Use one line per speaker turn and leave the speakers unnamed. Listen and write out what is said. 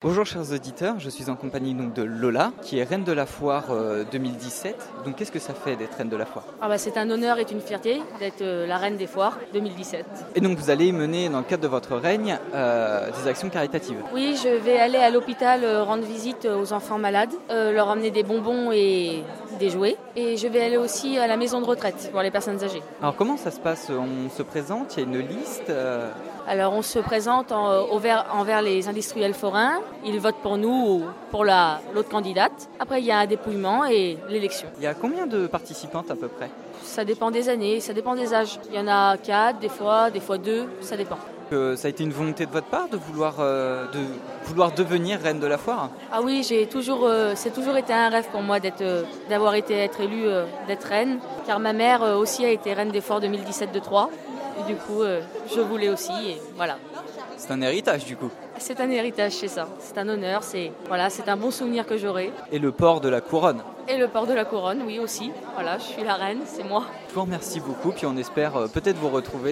Bonjour chers auditeurs, je suis en compagnie donc de Lola qui est reine de la foire euh, 2017. Donc qu'est-ce que ça fait d'être reine de la foire
Ah bah, c'est un honneur et une fierté d'être euh, la reine des foires 2017.
Et donc vous allez mener dans le cadre de votre règne euh, des actions caritatives.
Oui, je vais aller à l'hôpital euh, rendre visite aux enfants malades, euh, leur emmener des bonbons et des jouets. Et je vais aller aussi à la maison de retraite voir les personnes âgées.
Alors comment ça se passe On se présente, il y a une liste. euh,
Alors on se présente en, euh, envers, envers les industriels forains, ils votent pour nous ou pour la- l'autre candidate. Après il y a un dépouillement et l'élection.
Il y a combien de participantes à peu près
Ça dépend des années, ça dépend des âges. Il y en a quatre, des fois, des fois deux, ça dépend.
Que Euh, Ça a été une volonté de votre part de vouloir, euh, de vouloir devenir reine de la foire
Ah oui, j'ai toujours, euh, c'est toujours été un rêve pour moi d'être, euh, d'avoir été être élue, euh, d'être reine, car ma mère euh, aussi a été reine des forts 2017 de Troyes. Et du coup, euh, je voulais aussi, et voilà.
C'est un héritage du coup.
C'est un héritage, c'est ça. C'est un honneur, c'est voilà, c'est un bon souvenir que j'aurai.
Et le port de la couronne.
Et le port de la couronne, oui aussi. Voilà, je suis la reine, c'est moi.
Je vous remercie beaucoup, puis on espère euh, peut-être vous retrouver